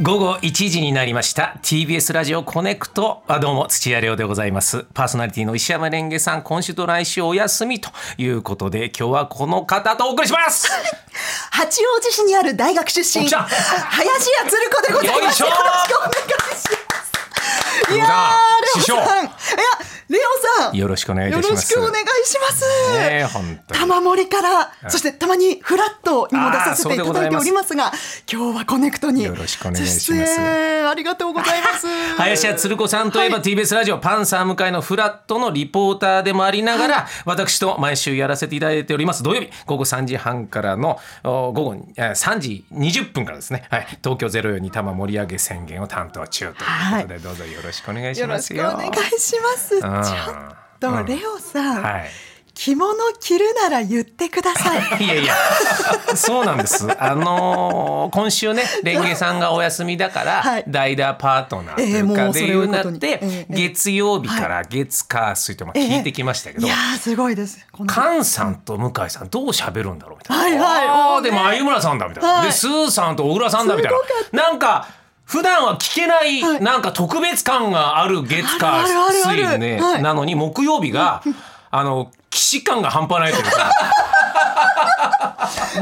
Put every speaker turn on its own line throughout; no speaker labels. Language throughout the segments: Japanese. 午後1時になりました TBS ラジオコネクトあどうも土屋亮でございますパーソナリティの石山レンゲさん今週と来週お休みということで今日はこの方とお送りします
八王子市にある大学出身
来た
林家つる子でございます
よ
よ
いしょ
ろしくお願いしますいや
師
ーレ
匠
オさんいやレオさん
よろしくお願いい
よ
たし
ろ
ま
し
す
くお願いします、
ねえ本当に
玉森からそしてたまにフラットにも出させていただいておりますが今日はコネクトに
よろしくお願いします
出演ありがとうございます
林家つる子さんといえば
は
TBS ラジオパンサー向かいのフラットのリポーターでもありながら私と毎週やらせていただいております土曜日午後3時半からのお午後えー3時20分からですねはい東京ゼロに玉盛り上げ宣言を担当中ということでどうぞよろしくお願いし
よろ
ま
し
す
くお
よ。
願いしますちょ
うん
っとレオさん、
はい
着物着るなら言ってください
いやいや、 そうなんです。あのー今週ね、レンゲさんがお休みだから、
はい
代打パートナーという
ええ
か、
もう
で
そ
い
れを
う
言う
な
こ
っ
とに
て、
ええ
月曜日から月火水とまあ
ええ
聞いてきま したけ
い
ど、
やーすごいですこの
菅さんと向井さんどう喋るんだろうみたいな。
はいはい
あ
も
ー
う
で
ね
も鮎村さんだみたいな。
はい
でスーさんと小倉さんだみたい
すごかっ
な。なんか普段は聞けない、
はい
なんか特別感がある月
あ
火
るあるあるあ
水
る
ね
はい
なのに木曜日 があの既視感が半端ないというか。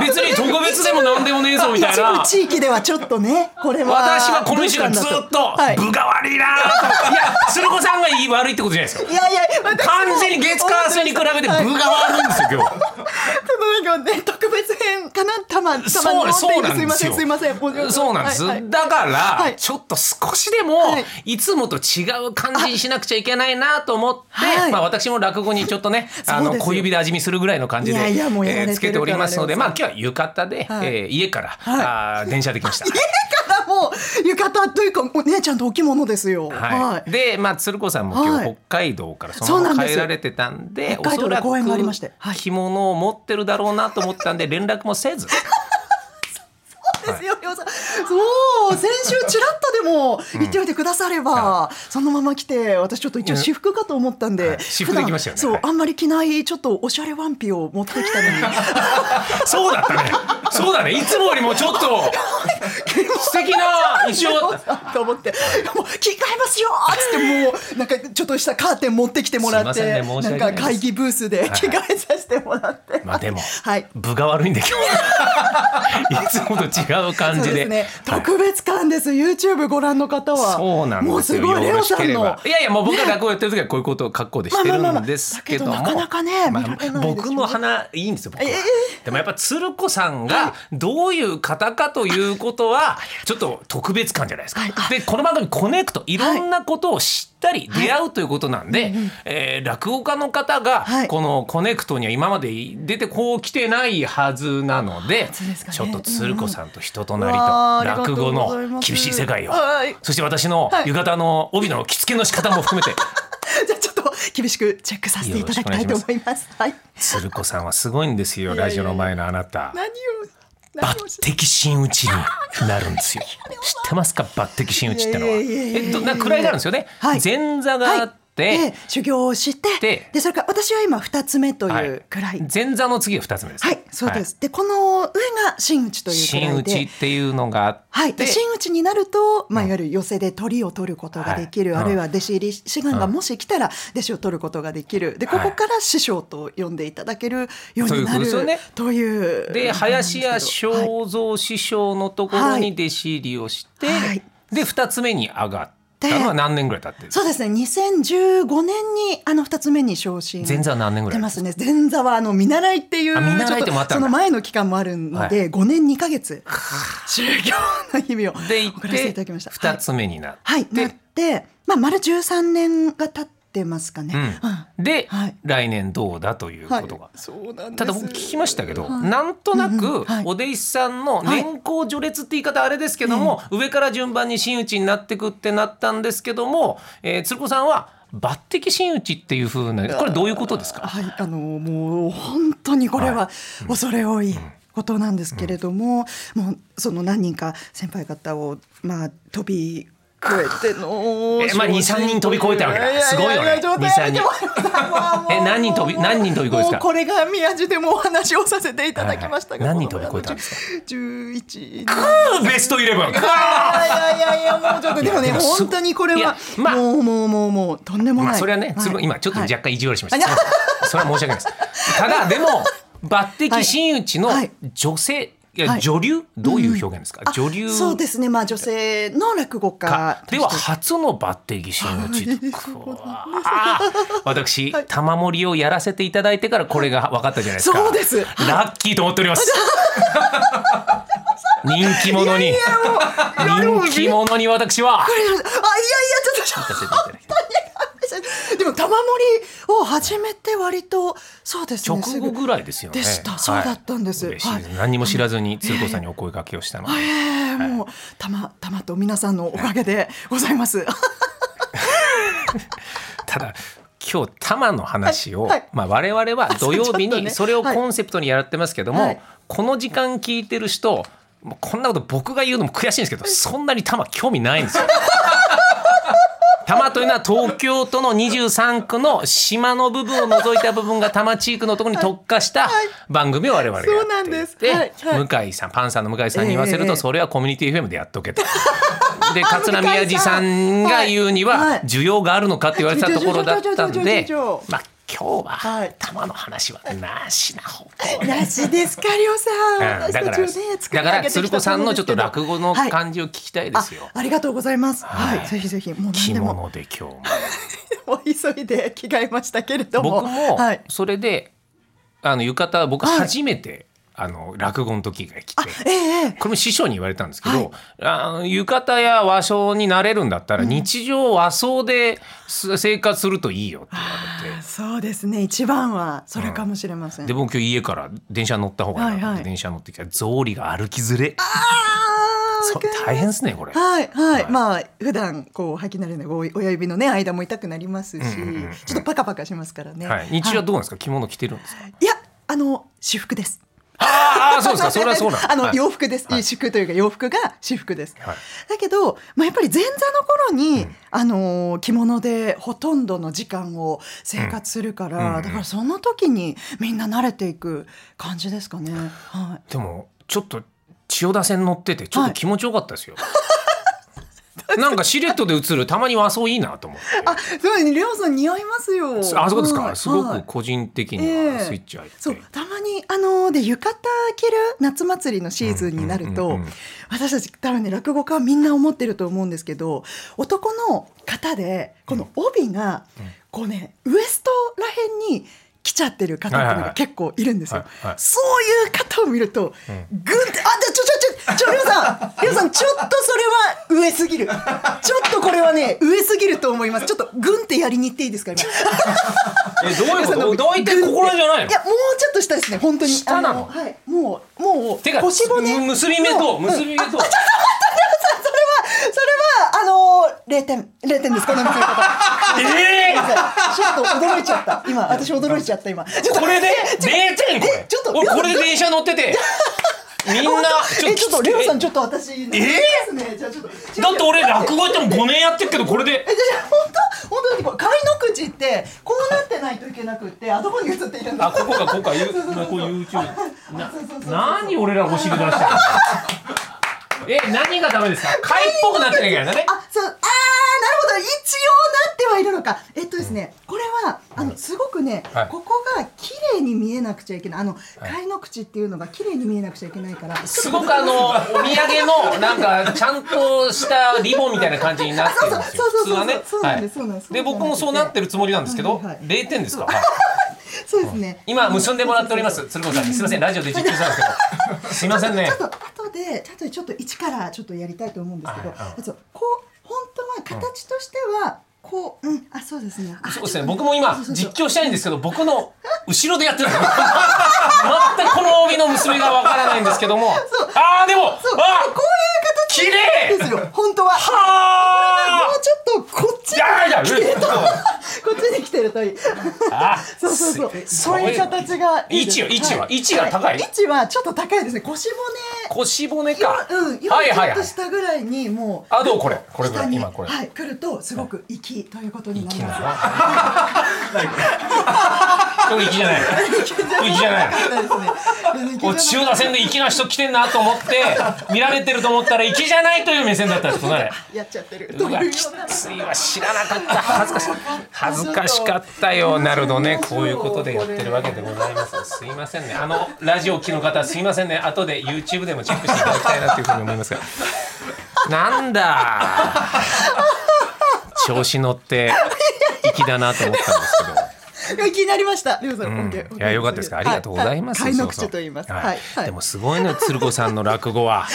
別に特別でも何でもねえぞみたい
一
な
部。地域ではちょっとねこれは
私はこの一年ずっと
はい、
部が悪いなーと。いや、鶴子さんがいい悪いってことじゃないですよ。
いやいや私も
完全に月火水に比べて部が
はい
悪いんですよ、今日。
ちょっとなんかね特別編かなたまた
そ
ま
う
に
そうな
す
ん
い
で
ますせ
よ
んすいませんご了承
そうなんです、
はいはい
だから、
はい
ちょっと少しでも、、
はい
つもと違う感じにしなくちゃいけないなと思って、
はい
まあ、私も落語にちょっとねあ
そう
の
ですよ
小指で味見するぐらいの感じで
いやいやもうやら
え
れて
ー
る
つけておりますので、
から
まあ、今日は浴衣で、
はい
えー家から、
はい
あー電車で来 ました。
だからもう浴衣というかお姉ちゃんとお着物ですよ
は、
はいい
で、まあ、鶴子さんも今
は
日
い
北海道からそ
そう
のま
なん
ま
です
帰られてたんで
北海道で
おそ
公
ら
演
く
がありましてはい
着物を持ってるだろうなと思ったんで連絡もせず
ですよりょうさんそう先週ちらっとでも言っておいてくださればそのまま来て私ちょっと一応私服かと思ったん
は
で
い私服で来ましたよね
普段
はい
そうあんまり着ないちょっとおしゃれワンピを持ってきたのに
そうだったねそうだねいつもよりもちょっと素敵な衣装
と思って「もう着替えますよ!」っつってもうなんかちょっとしたカーテン持ってきてもら
す
っ
いませ
て
んね申し
な
訳
ん
ない
か
です
会議ブースで着替えさせてもらって
まあでも、
はい
部が悪いんで今 日いつもと違う感
そう
じ
で
です
ね
はい
特別感です YouTube ご覧の方は
そうなんですよ
もうすごいレ
よろ
オ
し
さ
け
ん
れ
の
ばいやいやもう僕が落語やってる時はこういうことを格好でしてる
まあまあまあ
ん
まあ
ですけども
だけどなかなかね見られないですよね
僕の花いいんですよ僕は
ええ
でもやっぱ鶴子さんがどういう方かということ はちょっと特別感じゃないですか
はいあ
でこの番組コネクトいろんなことを知ったり出会うということなんで、えー落語家の方が
はい
このコネクトには今まで出てこう来てないはずなので
そうですかね
ちょっと鶴子さんと人となり
うわーありがと
と
う
落語
ござい
の
ます
厳しい世界を
はい
そして私の
はい
浴衣の帯の着付けの仕方も含めて、
じゃあちょっと厳しくチェックさせていただきたいと思いますはい
鶴子さんはすごいんですよ、
いや
ラジオの前のあなた。
何を何を
抜擢真打ちになるん ですよ。知ってますか、抜擢真打ちってのは。
いやいやいやいや
えっと、な位があるんですよね。
はい
前座があって、
はいで修行をして
で
でそれから私は今二つ目と
はい
いうくらい
前座の次が二つ目です。
はい、そうです。で、この上が真打ちと
はい。
いうく
真
ら
打
い
ちっ
で。
ていうのがあって、
はい、で真打ちになると、ま
う
あ、い
ん
わゆる寄席で鳥を取ることができる、
はい
あるいは弟子入り志願が
うん
もし来たら弟子を取ることができるでここから師匠と呼んでいただけるようになる
そういうことですよね
という
で林家
はい
正蔵師匠のところに弟子入りをして、
はい
で二つ目に上がったのは何年ぐらい経ってるんです
そ
か
うですね2015年にあの2つ目に昇進
前座は何年ぐら
出
い
ますね前座はあの見習いっていう
あ見習いってもあったんだ
ちょとその前の期間もあるの
は
で、五5年2か月 修行の日々を
で行
送らせていた
っ
だき
て
ました
二つ目になって、
はい、はい、なって、まあ、丸13年が経ってますかね、
うんで、
はい
来年どうだという
はい
ことが。
そうなんで
た
す
だ僕聞きましたけど、
はい
なんとな
うん
く
うんはい
お弟子さんの年功序列って言い方あれですけども、上から順番に真打ちになってくってなったんですけども、えー、鶴子さんは抜擢真打ちっていう風なこれどういうことです か
はい、あのもう本当にこれは恐れ多いことなんですけれども、もうその何人か先輩方をまあ飛び超えての
えまあ2 3人飛び越えたわけだ
ややや
すごいよね
やちょっとやめ
2 3人
てもらえますか
え何人飛び何人飛び越えですか
もうこれが宮地でもお話をさせていただきましたが、
はいはい何人飛び越えたんです
か十一
ベストイレブ ン
いやいやいやもうちょっとでも
い
ね
やでもす
本当にこれ
いや、
は
まあ
もうもうもうもうとんでもない、
まあ、それはね、
は
すごい今ちょっと
はい
若干意地悪しました、それは申し訳ない ですただでも抜
は
擢
い
真打ちの
はい
女性、いや
はい
女流どういう表現ですか、
あ
女流
そうですねまあ女性の落語家
かでは初の抜擢真打ちと
そうです
あー私玉森をやらせていただいてからこれが分かったじゃないですか
そうです
ラッキーと思っております 人気者に人気者に私は
あいやいやちょっとちょっと
させていただきたい
でも玉森を始めて割とそうですね
直後ぐらいですよね
でした
はい
そうだったんです
嬉しい
はい
です何にも知らずに鶴子さんにお声掛けをしたので
ええもうたまたまと皆さんのおかげでございます。
ただ今日玉の話を、
はいはい
まあ、我々は土曜日
ちょっと
に
ね
それをコンセプトにやってますけども、
はい
この時間聞いてる人もうこんなこと僕が言うのも悔しいんですけどそんなに玉興味ないんですよ。 玉というのは東京都の23区の島の部分を除いた部分が多摩地域のところに特化した番組を我々がやっていて
そうなんですはいは
向井さんパンサーの向井さんに言わせる
え
と
え
それはコミュニティ FM でやっとけと。 で桂宮治さんが言うに
はいは
はい需要があるのかって言われたところだったん
ちょちょちょちょ
で
ちょちょ
まあ今日
は
はい玉の話はなしな方向
なしですかりょうさん。
うんだからだから鶴子さんのちょっと落語の
感
感じを聞きたいですよ。
あありがとうございます。
は
はいい、ぜひぜひもう何
着
でも
物で今日も
お急いで着替えましたけれども、
僕も
はい。
それであの浴衣僕
はい
初めてあの落語の時が来て
ええええ
これも師匠に言われたんですけ
は
ど
い、
あの浴衣や和装になれるんだったら日常和装です生活するといいよって言われて。
そうですね。一番はそれかもしれません。
で僕今日家から電車乗った方がいいなと思っ
はい
て
はい
電車乗ってきたら草履が歩きづれ
あー
そう
わかります
大変ですねこれ
はいはい、
はい
まあ普段こう履き慣れないこう親指のね間も痛くなりますし、
うんうんうん
ちょっとパカパカしますからね。
はい日常どうなんですか着物着てるんですか
いやあの私服です。
あーあーそう ですかそれはそうなん
あの、
はい
洋服です。
はい
私服というか洋服が私服です。
はい
だけど、まあ、やっぱり前座の頃に、あのー着物でほとんどの時間を生活するか
うんうん
ら、
うん
だからその時にみんな慣れていく感じですかね。はい。
でもちょっと千代田線乗っててちょっと気持ちよかったですよ なんかシルエットで映るたまに和装いいなと思って
あ、そうね、りょうさん似合いますよ。
あそうです
は
か
い
すご
はい
く個人的にはスイッチ入って
そうたまにあので浴衣着る夏祭りのシーズンになる
う
と、
んうんうんうん
私たち多分ね落語家はみんな思ってると思うんですけど男の方でこの帯が、こうねウエストらへんに来ちゃってる方っていうのが結構いるんですよ、
はいはいはい
そういう方を見ると、ぐんってあじゃあちょちょちょちょりょうさんりょうさんちょっとそれは上すぎるちょっとこれはね上すぎると思いますちょっとぐんってやりに行っていいですか今
えどういうこ
その
とどういったここらじゃないの
いやもうちょっと下ですね本当に
下なの
あはいもうもう
てか
腰骨
む結び目と
うん
結び目と
それはあの零点零点ですこの結び方
ええ
ちょっと驚いちゃった今私驚いちゃった今ちょっと
これで
ちょ
0点これ
えちょっと
俺これで電車乗っててみんな
えちょっとレオさんち
ょっ
ょっと私えすねじゃあちょっと
とだって俺落語やっても5年やってるけどこれで
えじゃあ本当本当にこれ貝の口ってこうなってないといけなくってあどこに映っているんだ
あここかここかゆ
そうそうそう
こう YouTube な
そうそうそう
何俺らお尻出してるのえ何がダメですか貝っぽくなってないからね
あ、そう、あー、なるほど、一応なってはいるのか。えっとですね、これは、あの、すごくね、
はい
ここが綺麗に見えなくちゃいけない。あの、貝の口っていうのが綺麗に見えなくちゃいけないから。そ
すごくあのお土産のなんかちゃんとしたリボンみたいな感じになってるんですよ
そうそう
普通はね
そうそうそうなんですそうなんです
で僕もそうなってるつもりなんですけど
はいはい
0点ですか
うですね。
今結んでもらっております鶴子さんにすいませんラジオで実況したんですけどすいませんね
ちょっと後で、ちょっとちょっと一からちょっとやりたいと思うんですけど、
はいはい
そうこう、本当は形としては、こう、うん、あ、そうですね。あ
そうですね
ちょっと
僕も今
そうそうそう
実況したいんですけど僕の後ろでやってる全くこの帯の娘がわからないんですけども
そう
あーでも
そう、こ
あ
ういう形なんですよ。本当は。
は
もうちょっとこっち
ーいやいや
に来てると、 こっちに来てるといい。
あ
そうそうそう。
す
そういう形がいいです。
位置よ位置は位置が高い
位置はちょっと高いですね。腰
腰骨か。
うん、よ
はい
りちょ
はいは
っ
い
と下ぐらいにもう、
あどうこれこれぐらい
下に
今これ
はい、来るとすごく粋ということになります。
これ粋じゃない。粋じゃない。お千代田線で粋な人来てんなと思って見られてると思ったら粋じゃないという目線だったんですこのね。
やっちゃってる。
うわきついわ知らなかった恥ずかしい恥ずかしかったよなるほどねこういうことでやってるわけでございますすいませんねあのラジオ機の方すいませんね後で YouTube でもチェックしていただきたいなというふうに思いますがなんだ調子乗って粋だなと思ったんですけど。
気になりました。りょうさん、
うん
OK
いや良かったですか。ありがとうございます。
はい、
そ
開
う
の
そう
口と言います。
は
はい、はい
でもすごいのよ鶴子さんの落語は。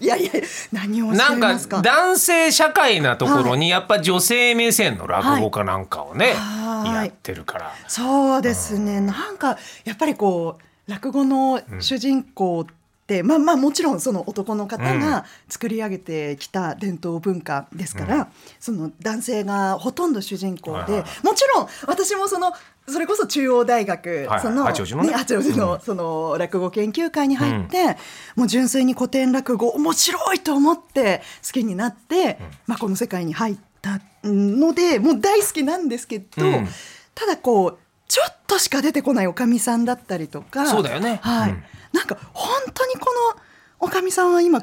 いやいやいや、何を おっし
な
ゃい
んか
ますか。
男性社会なところにやっぱ女性目線の落語家なんかをね、
はい
やってるから。
そうですね。なんかやっぱりこう落語の主人公って、まあまあもちろんその男の方が作り上げてきた伝統文化ですから、その男性がほとんど主人公
はい
で、
はい
もちろん私もそのそれこそ中央大学、
はい
その
八王子のね
八王子のその落語研究会に入って、もう純粋に古典落語面白いと思って好きになって、まあこの世界に入ったのでもう大好きなんですけど。
うん
ただこうちょっとしか出てこないおかみさんだったりとか
そうだよね
はい
うん
なんか本当にこのおかみさんは今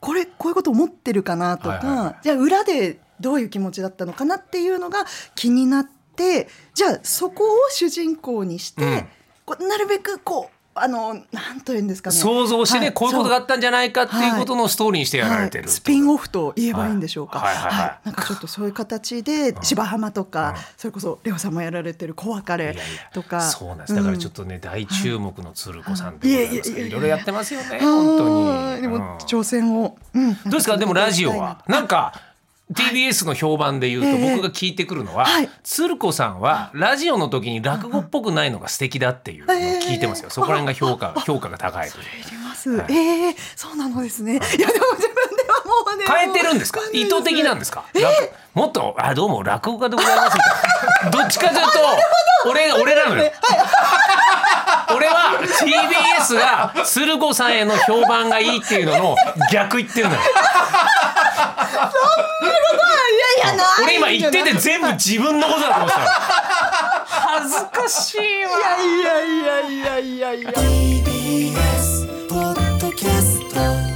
これこういうこと思ってるかなとか、
はいはいは
じゃあ裏でどういう気持ちだったのかなっていうのが気になってじゃあそこを主人公にして、
うん
こうなるべくこうあのなんというんですかね
想像してね、
は
こういうこと
そ
があったんじゃないかっていうことのストーリーにしてやられてる、
はい、スピンオフと言えばいいんでしょうか、
はいはいはいはい
なんかちょっとそういう形で芝浜とか、それこそレオさんもやられてる「小別
いや
れ
いや」
とか
そうなんですだからちょっ
と、
とね、大注目の鶴子さんでございますから、
はいいいやいやいやいや
ろいろやってますよね本当
はい
に
で
うん
も挑戦を、うん
どうですかでもラジオはなんか TBS の評判で言うと
ええ
僕が聞いてくるのは、
はい
鶴子さんはラジオの時に落語っぽくないのが素敵だっていうのを聞いてますよ、
ええ
そこら辺が評価評価が高いという
やります、
はい
ええそうなのですね、い、やでも自分ではもう ね
変えてるんですか
もうわ
意
い
図的なんですか、落もっとあどうも落語家でございますみたいなどっちかというと俺俺なのよ、俺は TBS が鶴子さんへの評判がいいっていうのの逆言ってるのよ
いやいやない
俺今言ってて全部
い
自分のことだと思ってた恥ずかしいわ
やいやいやいやいやいや
TBS ポッドキャスト